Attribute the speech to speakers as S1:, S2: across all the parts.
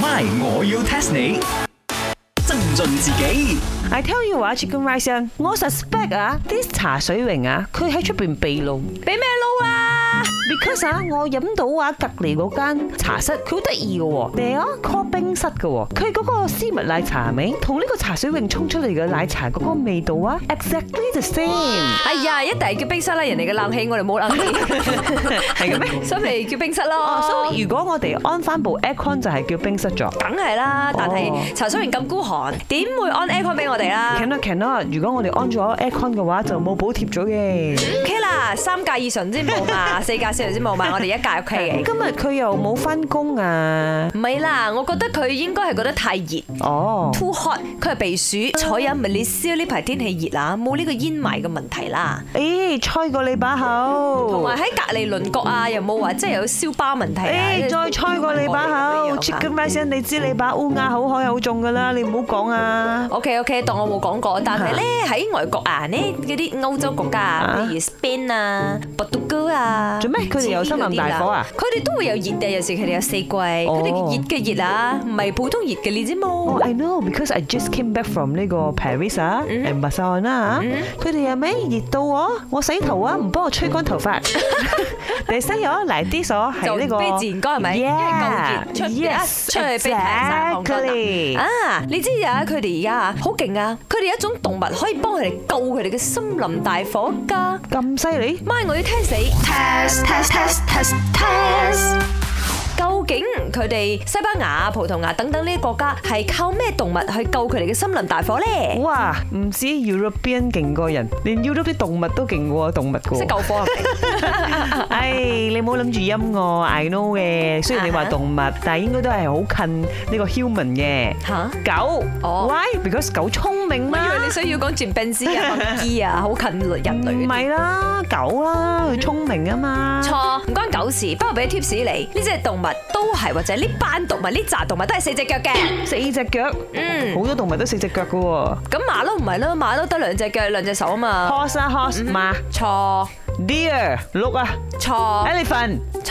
S1: My，我要 test 你。增進自己
S2: I tell you 啊，Chicken Rice 啊，我 suspect 啊，啲茶水榮啊，佢喺出邊秘露
S3: 俾咩撈啊？
S2: ，because 啊，我飲到啊隔離嗰間茶室，佢好得意嘅喎，嚟啊 call 冰室嘅喎，佢嗰個絲襪奶茶味同呢個茶水榮沖出嚟嘅奶茶嗰個味道啊，exactly the same，
S3: 哎呀，一定係叫冰室啦，人哋嘅冷氣我哋冇冷氣，
S2: 係嘅咩？
S3: 所以咪叫冰室咯。
S2: 哦，所以如果我哋安翻部 aircon 就係叫冰室咗。
S3: 梗係啦，但係茶水員咁孤寒，點會安 aircon 俾我哋啦
S2: cannot cannot，如果我哋安咗 aircon 嘅話，就冇補貼咗嘅。
S3: ？OK 啦，三架以上先冇嘛，四架四上先冇嘛，我哋一架 OK 嘅。
S2: 今日佢又冇翻工啊！
S3: 唔係啦，我覺得佢應該係覺得太熱
S2: 哦，
S3: ，too hot，佢係避暑。彩飲咪你燒呢排天氣熱啦，冇呢個煙霾嘅問題啦。
S2: 誒，吹過你把
S3: 同
S2: 口
S3: 埋，喺隔離鄰國啊，又冇話即係有燒包問題啊
S2: 誒，再吹過你把口，chicken rice，你知你把烏鴉好海口中噶啦，你唔好講啊！
S3: O K O K，當我冇講
S2: 嗯
S3: 過，但係咧喺外國啊，呢嗰啲歐洲國家啊，譬如 Spain 啊、Portugal 啊，
S2: 做咩佢哋有森林大火啊
S3: 嗰啲啦佢哋都會有熱嘅，有時佢哋有四季，佢哋嘅熱嘅熱啊，唔係普通熱嘅熱啫
S2: 哦
S3: 冇。
S2: Oh, I know because I just came back from 呢個 Paris à. 啊，and Barcelona 啊，佢哋係咪熱到我？我洗頭啊，唔幫我吹乾頭髮。第三日啊，嚟啲所係呢個
S3: 就俾自然乾係咪？因為夠熱，出一
S2: Yes，
S3: 出去俾太曬防乾
S2: exactly
S3: 啊！啊，你知啊，佢哋而家啊好勁啊，佢哋有一種動物可以幫佢哋救佢哋嘅森林大火㗎。
S2: 咁犀利？
S3: 咪我要聽死。
S4: test test test test test
S3: 究竟佢哋西班牙、葡萄牙等等呢啲國家係靠咩動物去救佢哋嘅森林大火呢？
S2: 哇！唔止 European 勁過人，連 Europe 啲動物都勁過動物噶。
S3: 識救火係咪？
S2: 唉，你唔好諗住陰我，I know 嘅。雖然你話動物，但係應該都係好近呢個 human 嘅。
S3: 嚇
S2: 狗
S3: 哦
S2: ，why？because 狗聰明
S3: 我
S2: 嘛。
S3: 以為你想要講 chimpanzee 啊、monkey 啊，好近人類
S2: 唔
S3: 嘅。
S2: 係啦，狗啦，佢聰明啊嘛。
S3: 錯，唔關狗事。不過俾 tips 你，呢只動物都係或者呢班動物呢扎動物都係四隻腳嘅。
S2: 四隻腳，
S3: 嗯
S2: 好多動物都四隻腳噶喎。
S3: 咁馬騮唔係啦，馬騮得兩隻腳兩隻手啊嘛。
S2: Horse 啊，horse 馬
S3: 錯
S2: ，deer 鹿啊
S3: 錯
S2: ，elephant
S3: 錯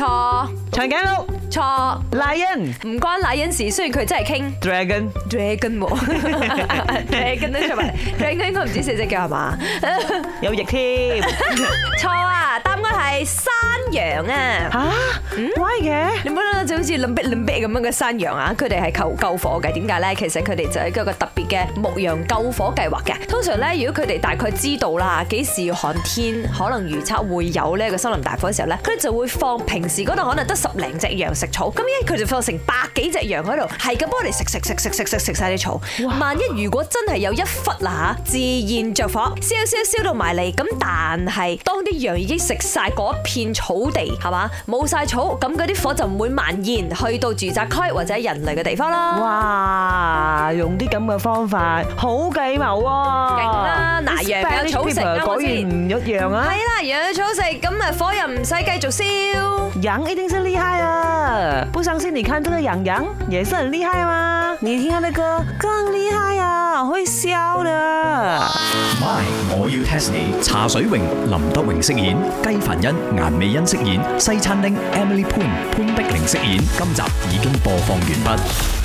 S2: 長頸鹿
S3: 錯，
S2: ，lion
S3: 唔關那因事。雖然佢真係傾。
S2: dragon。
S3: dragon 喎 ，dragon 都出埋，dragon 應該唔止四隻腳係嘛？
S2: 有翼添
S3: 錯啊，答案係山羊啊！
S2: 嚇，why 嘅？
S3: 你冇諗就好似林碧林碧咁樣嘅山羊啊，佢哋係求救火嘅，點解咧？其實佢哋就係一個特別嘅牧羊救火計劃嘅。通常咧，如果佢哋大概知道啦幾時要旱天，可能預測會有呢個森林大火嘅時候咧，佢哋就會放平時嗰度可能得十零隻羊食草，咁依家佢就放成百幾隻羊喺度，係咁幫我哋食食食食食食食晒啲草。萬一如果真係有一忽啦嚇，自然着火，燒燒燒到埋嚟。咁但係當啲羊已經食晒嗰一片草地，係嘛，冇晒草，咁嗰啲火就唔會蔓延去到住宅區或者人類嘅地方啦。
S2: 哇！用啲咁嘅方法，好計謀喎！
S3: 勁啦嗱
S2: 啲
S3: 羊有
S2: Spanish
S3: 草食
S2: people
S3: 啱
S2: 果
S3: 我
S2: 然
S3: 先
S2: 唔一樣啊！
S3: 係啦，羊有草食，咁啊火又唔使繼續燒。
S2: 羊一定是厲害啊！不相信你看這個羊羊也是很厲害嗎？你聽他的歌更厲害啊，會笑的。
S1: ，My，我要 test 你。茶水榮、林德榮飾演，雞凡欣、顏美欣飾演，西餐廳 Emily Poon 潘碧玲飾演。今集已經播放完畢。